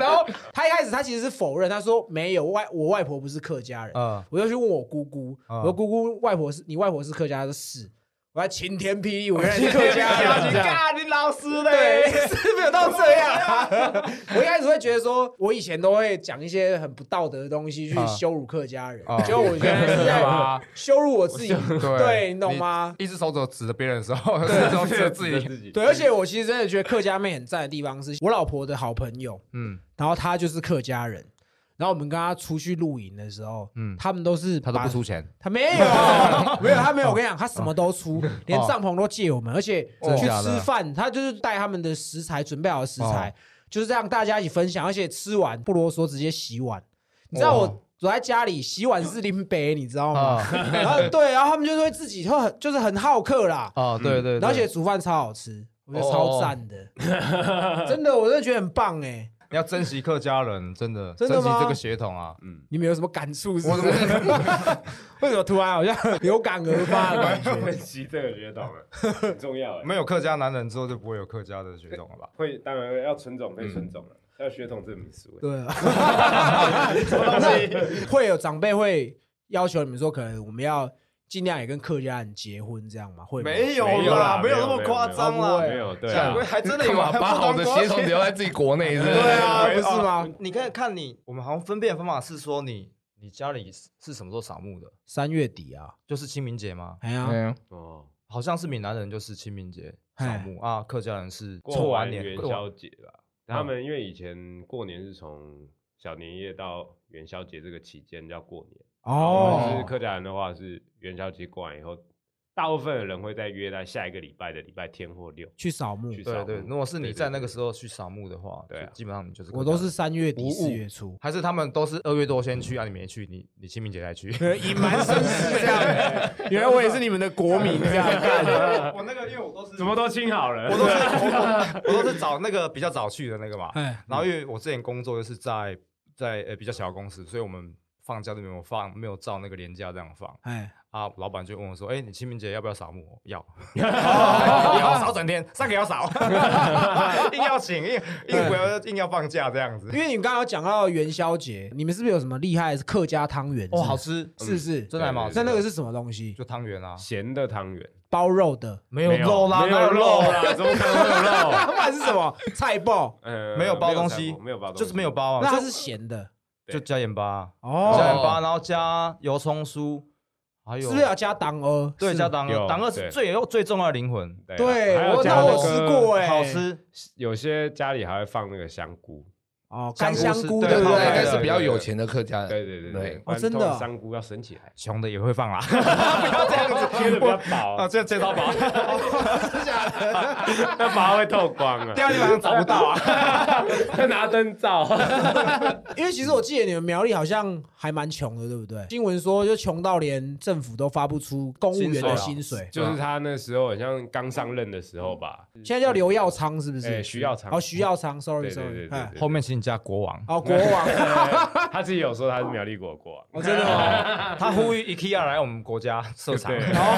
然后他一开始他其实是否认，他说没有外我外婆不是客家人，
嗯
我就去问我姑姑，
嗯
我说姑姑外婆是你外婆是客家，她说是。我还晴天霹雳，我原
<laughs>
来是客家人。
干你老师嘞
对，！ <laughs> 是没有到这样、啊。 <laughs> 我一开始会觉得说，我以前都会讲一些很不道德的东西去
啊
羞辱客家人
啊，
结果我原来 <laughs> 是在
啊，
羞辱我自己，
对
对，你懂吗？
一只手指头指着别人的时候，一 <laughs> 只手指着自己，
己
对，而且我其实真的觉得客家妹很赞的地方是，我老婆的好朋友，
嗯
然后她就是客家人，然后我们跟她出去露营的时候，
嗯，
他们都是
他都
把
不出钱，
他没有， <laughs> 没有，他没有。我跟你讲，他什么都出，连帐篷都借我们，而且
哦真的
去
假的哦
吃饭，他就是带他们的食材，准备好的食材，就是让大家一起分享，而且吃完不啰嗦，直接洗
哦
碗。你知道我我在家里洗碗是林北，你知道
哦啊
吗？然后对，然后他们就是会自己会很就是很好客啦，
哦，对对，
然后而且煮饭超好吃，我觉得超赞的，
哦
真的，我真的觉得很棒哎。
你要珍惜客家人，真的，
真的
珍惜
吗
这个血统啊，
你们有什么感触？是不是？ <laughs> 为什么突然好像有感而发的感觉？
分析这个学懂了，很重要哎。
没有客家男人之后就不会有客家的血统了吧？
会，当然要纯种被纯种了，啊要血统证明书。
对啊， <laughs>
欸
那 <laughs> 会有长辈会要求你们说，可能我们要尽量也跟客家人结婚这样吗？会吗
没有啦没有那么夸张啦
没
没
有
有，对
干
啊
嘛，还真的
干
有
嘛把好的协同留在自己国内是不是？
啊，不是吗？
你看看你，我们好像分辨的方法是说你你家里是是什么时候扫墓的？
三月底啊，
就是清明节吗？
哎呀，
嗯，
哦，
好像是闽南人就是清明节扫墓啊，客家人是
过
完
完
年
元
过
宵节吧，他们因为以前过年是从小年夜到元宵节这个期间叫过年。但
哦
是，客家人的话是元宵节过完以后，大部分的人会在约在下一个礼拜的礼拜天或六。
去扫墓，
去
对
扫
对，
墓
如果是你
对对
在那个
对
时候去扫墓的话，
对啊
就基本上你就是客
我
家
都
人
是三月底
无
四
误
月初，
还是他们都是二月多先
嗯
去啊，你没去，你你清明节才 <laughs> 去。
<laughs> 隐瞒身世这样。原来我也是你们的国民这样干。
我那个因为我都是
怎么都清好了，
我
<laughs>
都是我我都是找那个比较早去的那个嘛。
哎，
然后因为我之前工作就是在在呃比较小的公司，所以我们放假都没有放，没有照那个年假这样放
哎，
啊。老板就问我说：“哎，你清明节要不要扫墓？”
<laughs>
要，要扫整天，上个也要扫， <laughs> 硬要请，硬硬不要硬要放假这样子
因。为你们刚刚有讲到元宵节，你们是不是有什么厉害的客家汤圆？
哦，好，吃，
是不是？
真的还蛮好吃
那
的。
那个是什么东西？
就汤圆啊，
咸的汤圆，
包肉的， <laughs>
没
没没有肉
啊
啦，怎么可能会有肉？
不然是什么菜爆？
呃，
没有包东西
没有菜没有包东
<laughs>
西，
就是没有包
那
啊，
它是咸的
就就加盐巴啊，
哦
加盐巴，然后加油葱酥，还有
是不是要加党鹅？
对
是
加党
啊有
鹅，党鹅是
对
最有最重要的灵魂，
对啊。
对，
还
我
有加
那
那
我吃
个
过哎，
好吃，
有些家里还会放那个香菇，
哦，
香
干
菇
香
是
菇
对
对不
那
泡
应
菜
该
的，
是
对？
比较有钱的客家人。
对对对
对
对，
哦真的哦
不然通常香菇要升起来
<laughs> 穷的也会
<laughs>
放啦。
切的
<laughs>
比较薄，
啊这这套吧，
那薄会透
<laughs>
光啊，
第二天晚上找不到啊。
<laughs> 要拿灯照。
因为其实我记得你们苗栗好像还蛮穷的，对不对？新闻说就穷到连政府都发不出公务员的薪水，
啊
就是他那时候好像刚上任的时候吧，
嗯现在叫刘耀昌是不是？
哎徐耀昌
哦，徐耀昌，sorry
对对
sorry，
对对
哎
对，
后面请你加国王，
哦，国王，
<laughs> 他自己有说他是苗栗国国
<laughs>
王，
哦，真的吗？
他呼吁 IKEA 来我们国家设厂，
对
然后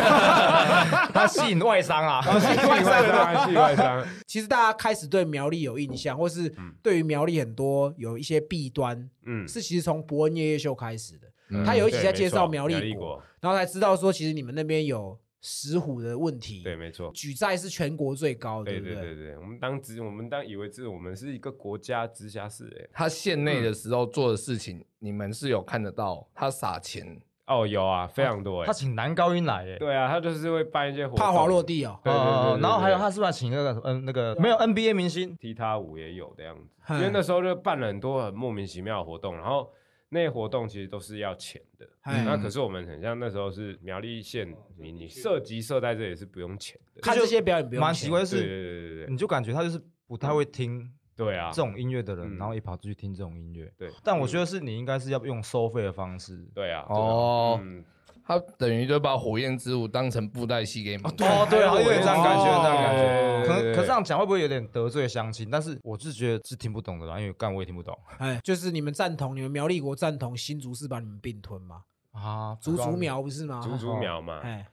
他吸引外商啊，
系外商，
啊
系外商，
其实大家开始对苗栗有印象，或是对于苗栗很多有一些弊端，
嗯，
是其实从伯恩夜夜秀开始的。
嗯
他有一集
对
在
没
介
错
绍苗
苗
栗
栗
国
国，
然后才知道说，其实你们那边有石虎的问题。
对，，没错，
举债是全国最高的，
对
不
对对对，我们当只我们当以为是我们是一个国家直辖市，哎，
他县
嗯
内的时候做的事情，你们是有看得到他撒钱，
哦有啊，非常多哎
他，请男高音来耶。
对啊，他就是会办一些活动，
怕滑落，地哦。
对对对对对
然后还有他是不是还请那个什么嗯那个没有 NBA 明星？
踢踏舞也有的样子，
嗨
因为
嗯
那时候就办了很多很莫名其妙的活动，然后那些活动其实都是要钱的，
嗨
嗯
那可是我们很像那时候是苗栗县，你你涉及设在这里是不用钱的，
看这些表演不用
蛮
钱
奇怪，
对
是
对对对对嗯
你就感觉他就是不太会听
对啊，
这种音乐的人，
嗯
然后一跑出去听这种音乐。
对，啊
但我觉得是你应该是要用收费的方式。
对啊，
哦
对啊嗯
他等于就把火焰之舞当成布袋戏给你们。
哦，对啊，有点这样感觉，
哦
这样感觉。
对对对
可能
对
可是这样讲会不会有点得罪乡亲？但是我是觉得是听不懂的啦，因为干我也听不懂
哎，就是你们赞同，你们苗栗国赞同新竹是把你们并吞吗？
啊。
竹竹苗不是吗？
竹
哦
竹苗嘛，
哎，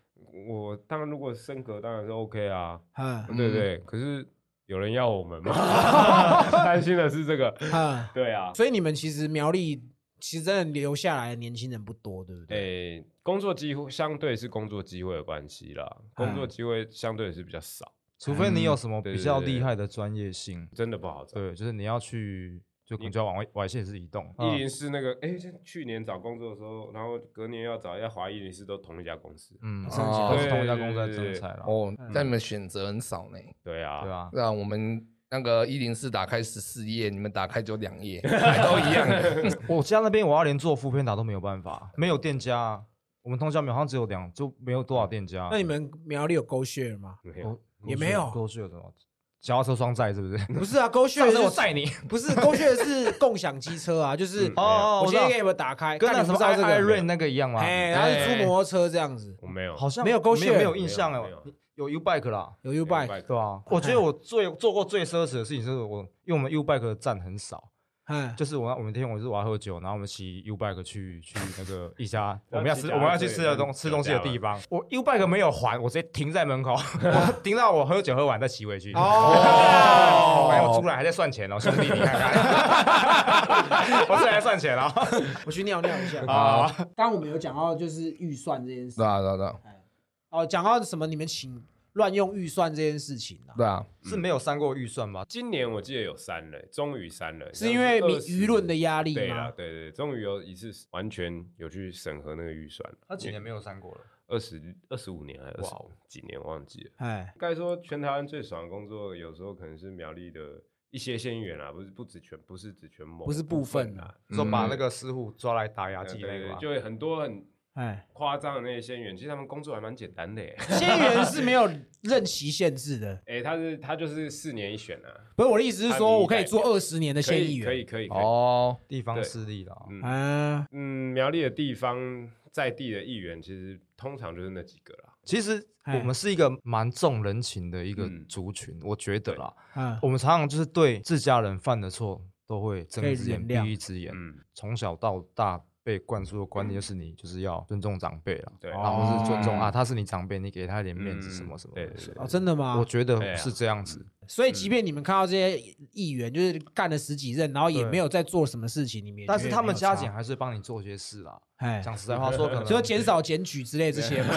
我当然如果升格当然是 OK 啊，
嗯
对对，可是有人
<laughs>
<laughs> 要我们吗？担心的是这个，
嗯，
对啊，
所以你们其实苗栗其实真的留下来的年轻人不多，对不对？
诶、工作机会相对是工作机会的关系啦，工作机会相对是比较少，
除非你有什么
对
比
对
较
对
厉害的专业性，
真的不好找。
对，就是你要去，就可能就要往外外线是移动，
嗯
一零四那个，哎、这去年找工作的时候，然后隔年要找要华一零四都同一家公司。
嗯，
升级
都是同一家
对
公司在
对
征
对
才了，
哦，那你们选择很少呢。
对啊，
对啊，
那我们那个一零四打开十四页，你们打开就两
<laughs>
页，啊还都一样的。
我家那边我要连做副片打都没有办法，没有店家啊，我们通宵好像只有两，就没有多少店家。啊
那你们苗栗有勾血
<laughs>
吗？
没有
狗
也没有
过去有什么？脚踏车双载是不是？
不是啊，勾血
<laughs> 上
是
次我载你，
不是勾血是共享机车啊，就是
<laughs>
嗯哦
我
知
今
道
天给你们打开，
跟
看
那
你
什
们
么
知道这
i
个
rain 那个一样吗？
哎，然后是
哎
租摩托车这样子，
我没有，
好像
没有勾
没
线
没有印象
没
了
有，
有 U bike 啦，
有 U bike，
对吧？我觉得我最做过最奢侈的事情就是我，因为我们 U bike 的站很少，
嗯，
就是我我们那天我是我要喝酒，然后我们骑 U bike 去去那
<laughs>
个一家我
要
们要
骑
吃
脚
我们要
踏
去
车
吃
也
的
是
东吃东西的
酒驾
地
了
方，我 U bike 没有还，我直接停在门口，
<laughs>
我停到我喝酒喝完再骑回去。
<laughs>
哦
哎，我出来还在算钱哦，兄弟你看 <laughs> 看，我出来还算钱哦。
我去尿尿一 <laughs> 下。
啊，
刚刚我们有讲到就是预算这件事
对，啊，对啊，对啊，
哦，讲到什么你们请乱用预算这件事情啊，
对啊，
是没有删过预算吧？
今年我记得有删了，终于删了，
是因为
好
民
像是
舆论的压力
对啦，
吗？
对对对，终于有一次完全有去审核那个预算了，
他几年没有删过了，
二十二十五年还是
哇
20
哦
几年忘记了。
哎，
该说全台湾最爽的工作，有时候可能是苗栗的一些县议员啊，不是不止全不是指全某
不是部分啊
啊，
嗯说把那个师傅抓来打牙祭
对
那
对
个
对，
吧。
就会很多很
哎，
夸张的那些县议员，其实他们工作还蛮简单的耶。
仙人是没有任期限制的，
哎，他是他就是四年一选啊，
<laughs> 不是我的意思是
按
说，
民意
我可以
改
做
变
二十年的
可
县议
以可
员。
以可以可以。
哦，
地方
对
势力了哦，
嗯
啊，
嗯，苗栗的地方在地的议员，其实通常就是那几个啦。
其实我们是一个蛮重人情的一个
哎嗯
族群，我觉得啦，
嗯，
我们常常就是对自家人犯的错都会睁一只眼
可以原谅
闭一只眼，
嗯，
从小到大被灌输的观念就是你就是要尊重长辈了，
对嗯
然后是尊重
哦
啊，他是你长辈，你给他一点面子什么什么
对
的
对。对
哦，真的
我
吗？
觉
对
得
啊
是这样子，
所以即便你们看到这些议员，就是干了十几任，然后也
对
没有在做什么事情，里面，
但是他们
家
家庭还是帮你做些事
<laughs>
啦。
哎，
讲实在话，说可能
就减少检举之类这些嘛。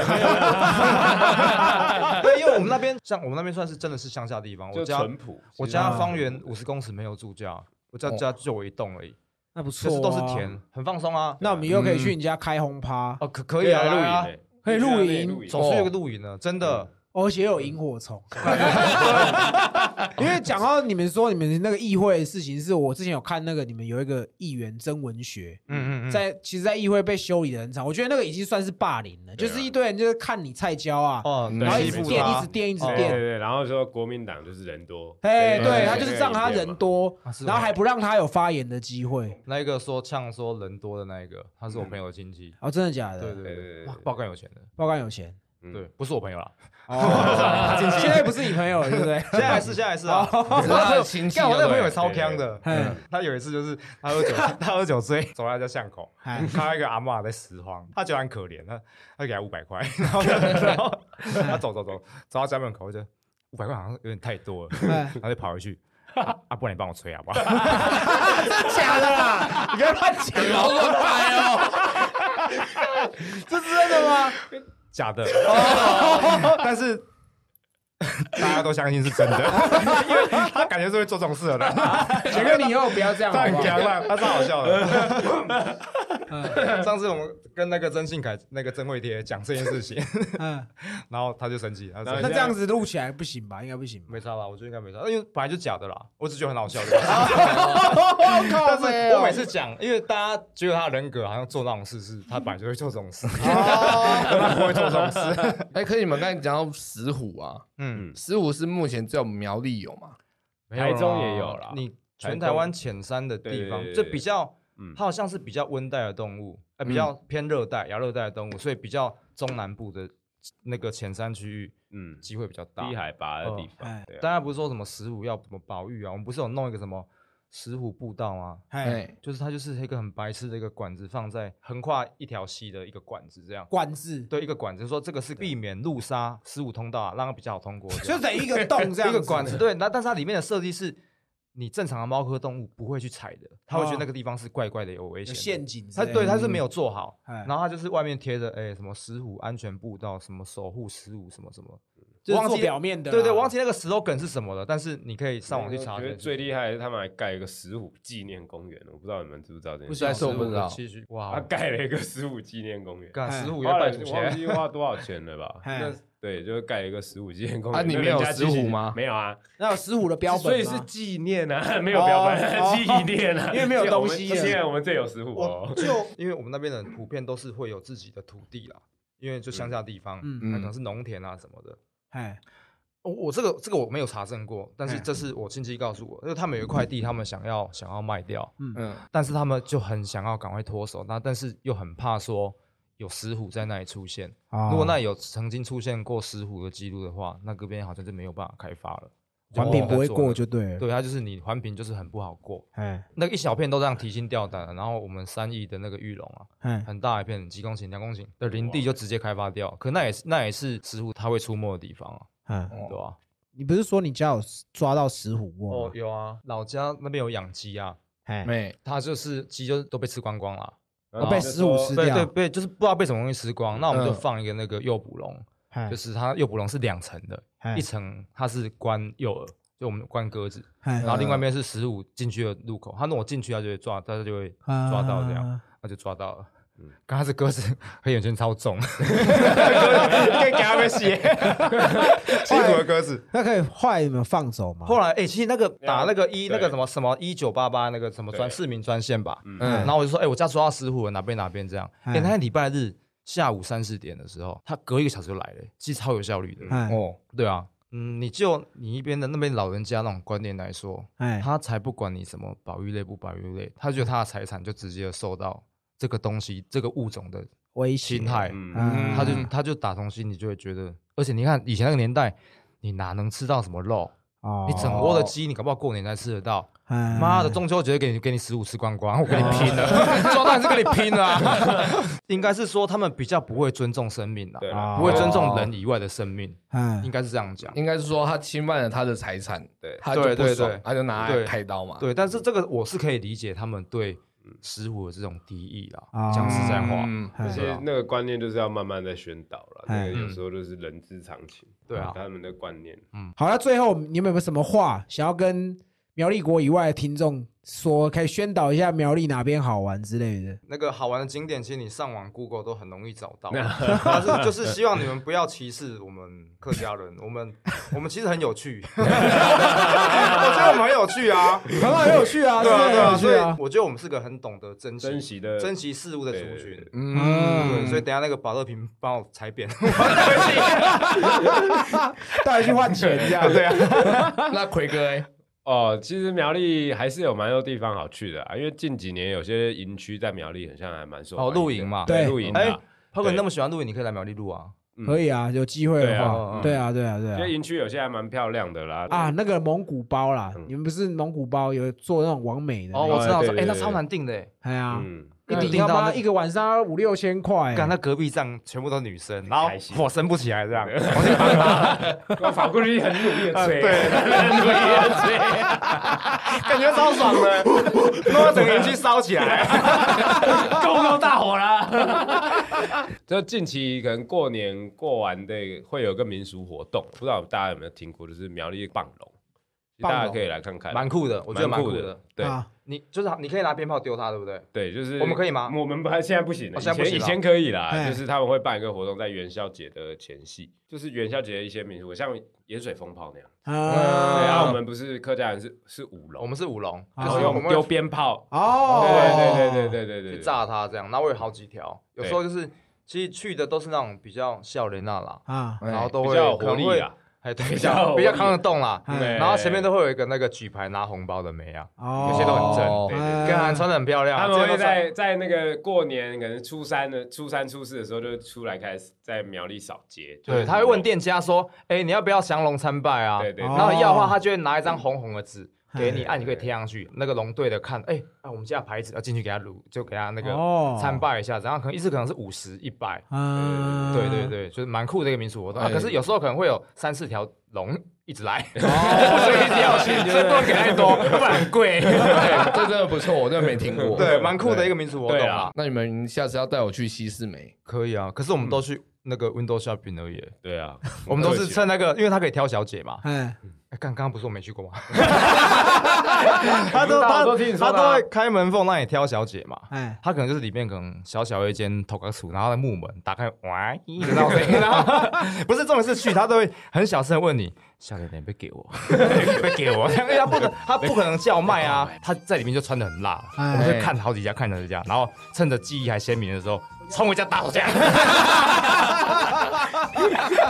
<laughs>
<laughs>
对，因为我们那边像我们那边算是真的是乡下地方，我
就
家
淳朴。
我
其实啊
家方圆五十公尺没有住家，我家
哦
家就我一栋而已，
那不
可
错，
是都是田。，很放松
<laughs>
啊。
那我们又可以去你家开轰趴，
哦，可可以啊，
对
来啊
露营，欸
可以露
去那里
营
露营
总是有个露营的，真的。
哦而且又有萤火虫。因为讲到你们说你们那个议会的事情，是我之前有看那个你们有一个议员曾文学，
嗯嗯嗯，
在其实，在议会被修理的很惨，我觉得那个已经算是霸凌了，就
对啊
是一堆人就是看你菜椒啊，
哦，
对
然后
欺
一直
负
垫，
他
一直垫，一直
对对
垫。
对，然后说国民党就是人多，
哎，
哦对
对
对
他
对
就是
对
让他
对
人
嘛
多
啊是，
然后
吗
还不让他有发言的机会。
那一个说呛说人多的那一个，他是我朋友的亲戚。
哦，真的假的？
对对
对对
对，
对
嗯哇，爆肝有钱的，
包干有钱。
嗯
对，不是我朋友啦，啊
哦，现在不是你朋友了，对不对？
现在还是现在还是 <laughs> 啊。
只是他的亲戚
干，我那
就
个朋友也
对了
超强的，
嗯
他有一次就是他 <laughs> 喝酒，他喝酒醉，走到他家巷口，
哎
嗯
看到一个阿嬷在拾荒，他觉得很可怜，他他给他五百
<laughs>
块，然后然后他走走走走到家门口，就五百块好像有点太多 <laughs> 了，
哎
然后就跑回去。啊，啊不然你帮我吹好不好？
假的啦！你不要乱讲，
好乱拍哦，
这是真的吗？
假的，
哦
但是大家都相信是真
<laughs>
的，因为他感觉是会做这种事的人，
杰哥，你以后不要这样
他
好
很
不好？
强了，他超好笑的。啊 <laughs> 上次我们跟那个曾信凯、那个曾慧贴讲这件事情， <laughs>
嗯，
然后他就生气，他说
然后
那这样子录起来不行吧？应该不行吧？
没差吧？我觉得应该没差，因为本来就假的啦。我只觉得很好笑。
<laughs>
对吧 <laughs> 但
但
是我每次讲，因为大家觉得他人格好像做那种事是，他本来就会做这种事， <laughs> 他不会做这种事。
哦 <laughs> 哎，可是你们刚才讲到石虎啊，
嗯，
石虎是目前只有苗栗有嘛？
台中也有啦
你全台湾前三的地方，
对对对
就
对
比较，
嗯
它好像是比较温带的动物，呃，比较偏热带、亚热带的动物，所以比较中南部的那个前山区域
嗯，
机会比较大。
低海拔的地
哎
方，对
大
啊
家不是说什么石虎要怎么保育啊？我们不是有弄一个什么石虎步道吗？
哎，
哎，
就是它就是一个很白痴的一个管子，放在横跨一条溪的一个管子这样。
管制
对，一个管子说这个是避免路杀
<laughs>
十五通道啊，让它比较好通过这
就
样。
等于一个洞这样，
一个管子，。对，那但是它里面的设计是你正常的猫科动物不会去踩的，它会觉得那个地方是怪怪的，有危
有
险的。
陷阱之
它
类的，
对它是没有做好，
哎
然后它就是外面贴着哎什么石虎安全步道，什么守护石虎什么什么，
就是
忘
做
记
表面啊的啦，
对对，我忘记那个石头梗是什么了，但是你可以上网去查
我
这
觉
件
得
事。
最厉害的是他们还盖一个石虎纪念公园，我不知道你们知不知道这件
不
事
知。道
但是我不知道，
继续
他
哇，哦
盖了一个石虎纪念公园，
干石虎
花
要
了
拜祖
我忘
先，
记花多少钱了吧？
哎
那对，就是盖一个石虎纪念公
啊
园。
里面
那人
有
家
石
继续
虎吗
没有啊，
那有石虎的 <laughs> 标本吗，
所以是纪念啊， <laughs> 没有标
哦哦
本，纪念啊，
因为没有东西了
现在我们这有石虎
我
哦，
就 <laughs> 因为我们那边的人普遍都是会有自己的土地啦，因为就乡下地方，
嗯
嗯，可能是农田啊什么的。
哎
我我这个这个我没有查证过，但是
嗯
这是我亲戚告诉我，因为他们有一块地，他们想要想要卖掉，
嗯，
但是他们就很想要赶快脱手，那但是又很怕说有石虎在那里出现。
哦
如果那有曾经出现过石虎的记录的话，那个边好像就没有办法开发了，
环评不会过
就
就对了，
对它就是你环评就是很不好过，
哎
那个一小片都这样提心吊胆了。然后我们三亿的那个玉龙啊，
哎
很大一片几公顷、两公顷的林地就直接开发掉，可那也是那也是石虎它会出没的地方啊，
哎，
对吧、
你不是说你家有抓到石虎窝
哦
吗，？
有啊，老家那边有养鸡啊，
哎，
<laughs> 没
它就是鸡就都被吃光光了，啊
然后
被
就
石虎
说
吃
对
掉
对对，就是不知道被什么东西吃光。那我们就
嗯
放一个那个诱捕笼，
哎
就是它诱捕笼是两层的，
哎
一层它是关诱饵，就我们关鸽子，
哎
然后另外一边是食物进去的入口，它如果进去它就会抓，它就会抓到这样，
啊
那就抓到了。
嗯
刚开始鸽子 <laughs> 黑眼圈超重，
<laughs> 可以给他们写，辛苦的鸽子，
那可以后来有没有放走吗？
后来哎、其实那个打那个一
对
那个什么什么一九八八那个什么专
对
市民专线吧，
嗯
嗯，然后我就说，哎、我家抓到石虎了，哪边哪边这样。哎、
哎
那天礼拜日下午三四点的时候，他隔一个小时就来了，其实超有效率的。
哎
哦，
对啊，嗯，你就你一边的那边老人家那种观念来说，
哎
他才不管你什么保育类不保育类，他觉得他的财产就直接受到这个东西这个物种的
威胁
侵害，
嗯，
嗯
他就他就打从心里就会觉得，而且你看以前那个年代，你哪能吃到什么肉？
哦
你整窝的鸡，你搞不好过年才吃得到。
哎
妈的，中秋节给你给你十五吃光光，我跟你拼了！抓到你是跟你拼了、啊。应该是说他们比较不会尊重生命啦，
对
啊
啦
不会尊重人以外的生命，
哎
应该是这样讲。
应该是说他侵犯了他的财产，
对
他就
对
不
对
爽
对，
他就拿来
对
开刀嘛。
对，但是这个我是可以理解他们对石虎的这种敌意
啊
啦。讲实在话，
嗯
哎
而且那个观念就是要慢慢在宣导了，那
哎
个有时候就是人之常情，
对啊
他们的观念。
好，那最后你们有没有什么话想要跟苗栗国以外的听众说？可以宣导一下苗栗哪边好玩之类的。
那个好玩的景点，其实你上网 Google 都很容易找到。但是就是希望你们不要歧视我们客家人，我们我们其实很有趣， <laughs> 我觉得我们很有趣啊。
很好，很有趣啊，
对啊，对
很
啊，
有
所
趣
以
啊。
我觉得我们是个很懂得珍惜、
珍惜的
珍惜事物的族
对对
群
对。
嗯，
对，所以等一下那个保乐瓶帮我踩扁。
带你去换钱这 <laughs> 样，对啊，
那奎哥哎，
<laughs> 哦，其实苗栗还是有蛮多地方好去的啊，因为近几年有些营区在苗栗好像还蛮受欢迎的
哦露营嘛
对
露营
哎
啊，
涛哥，你那么喜欢露营，你可以来苗栗露啊。
可以啊，有机会的话，对
对
啊，对啊，对
因为
啊。
营区有些还蛮漂亮的啦。
啊，那个蒙古包啦，
嗯
你们不是蒙古包有做那种完美的那
哦，
个？
我知道，
对对
哎，
对
那
对
超难订的欸，
哎呀，
嗯， <laughs>
一
那
顶
顶
他
到
妈
那
一个晚上要五六千块，啊
干那隔壁站全部都女生，然后
哎开心
火升不起来这样。
<laughs> 我跑过去很努力的吹，
<laughs>
感觉超爽的，弄整个营区烧起来。
够不够大火啦？
<laughs>
就近期可能过年过完的会有个民俗活动，不知道大家有没有听过，就是苗栗棒龙，
棒龙
大家可以来看看，
蛮酷的，我觉得蛮
蛮
酷的
的。。对
啊
你就是你可以拿鞭炮丢它，对不对？
对，就是
我们可以吗
我们不现在不行了，
哦现在不行
以
了
前以前可以啦，
哎
就是他们会办一个活动，在元宵节的前夕，就是元宵节的一些民俗，像盐水风炮那样。对，然
啊，
后我们不是客家人是是舞龙，
我们是舞龙，
啊
就
就是是我们
用
会
丢鞭炮。
哦，
对对对对对对对
去
对，
炸它这样。然后我有好几条，有
对
时候就是其实去的都是那种比较笑脸那啦，
啊，
<laughs> 然
哎
后都
哎比
会
较有
可能
活力
会
啊。
哎，对，比
比
较
较
比较
活力哎
扛得动啦。
嗯
对
然后前面都会有一个那个举牌拿红包的妹啊，
哦，
有些都很正
哦
对对
哎
对
跟韩穿的很漂亮啊。
他们
这
会
些都是
在在那个过年，可能初三的初三初四的时候，就出来开始在苗栗扫街。就是
对，他会问店家说：“哎，你要不要降龙参拜啊？”
对对对
哦
哦哎
然后要的话，他就会拿一张红红的纸，给你，啊，你可以贴上去。那个龙队的看，哎，啊，我们家的牌子要进去给他撸，就给他那个
哦
参拜一下，然后可能一次可能是五十、一百，
嗯，
对对，对，就是蛮酷的一个民俗活动。啊
哎
可是有时候可能会有三四条龙一直来，不所以一定要去，所以不能给太多，不然很贵。
对这真的不错，我真的没听过。
对，蛮酷的一个民俗活动
对
啊
啊。
<laughs> 那你们下次要带我去西四
<laughs>
梅？
可以啊，可是我们都去那个 Windows Shopping 而已，
对啊，
我们都是趁那个，因为他可以挑小姐嘛。
哎，
哎，刚刚不是我没去过吗？ <laughs> 他都
我
他
都听你说
他
的
都
啊
会开门缝让你挑小姐嘛。 <laughs>
哎，
他可能就是里面可能小小的一间头壳处，然后在木门打开，哇，一直闹声音， <laughs> 然后不是重点是去，他都会很小声地问你，小姐，你别给 <laughs> 我，别给我，因为他不可他不可能叫卖啊，他在里面就穿的很辣，我
哎
们就看好几家，看好几家，然后趁着记忆还鲜明的时候，冲回家打 <laughs> 火枪，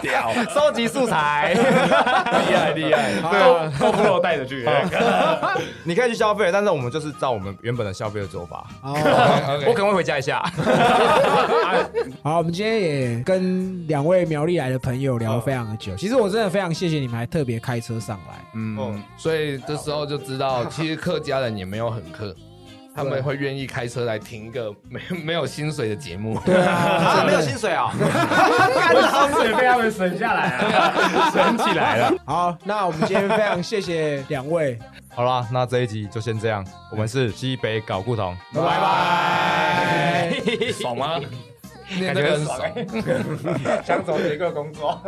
屌，收集素材，
厉害厉
<laughs>
害，
对
都不够带着
哦
去。
<laughs> 你可以去消费，但是我们就是照我们原本的消费的做法，
哦，
我可能会回家一下，
<laughs> 啊
<laughs>
好，我们今天也跟两位苗栗来的朋友
嗯
聊了非常的久，其实我真的非常谢谢你们，还特别开车上来，
嗯 <laughs>
嗯，所以这时候就知道，其实客家人也没有很客，他们会愿意开车来听一个没没有薪水的节目。
对啊
啊，，没有薪水 <laughs> 啊。
薪水被他们省下来
啊
了， <laughs> 省起来了。
好，那我们今天非常谢谢两位，
好啦，那这一集就先这样。我们是西北搞不同，
拜
<laughs>
拜。
<laughs> 爽吗？念
感觉
这个
很
很
爽
爽。
欸。想走结构工作。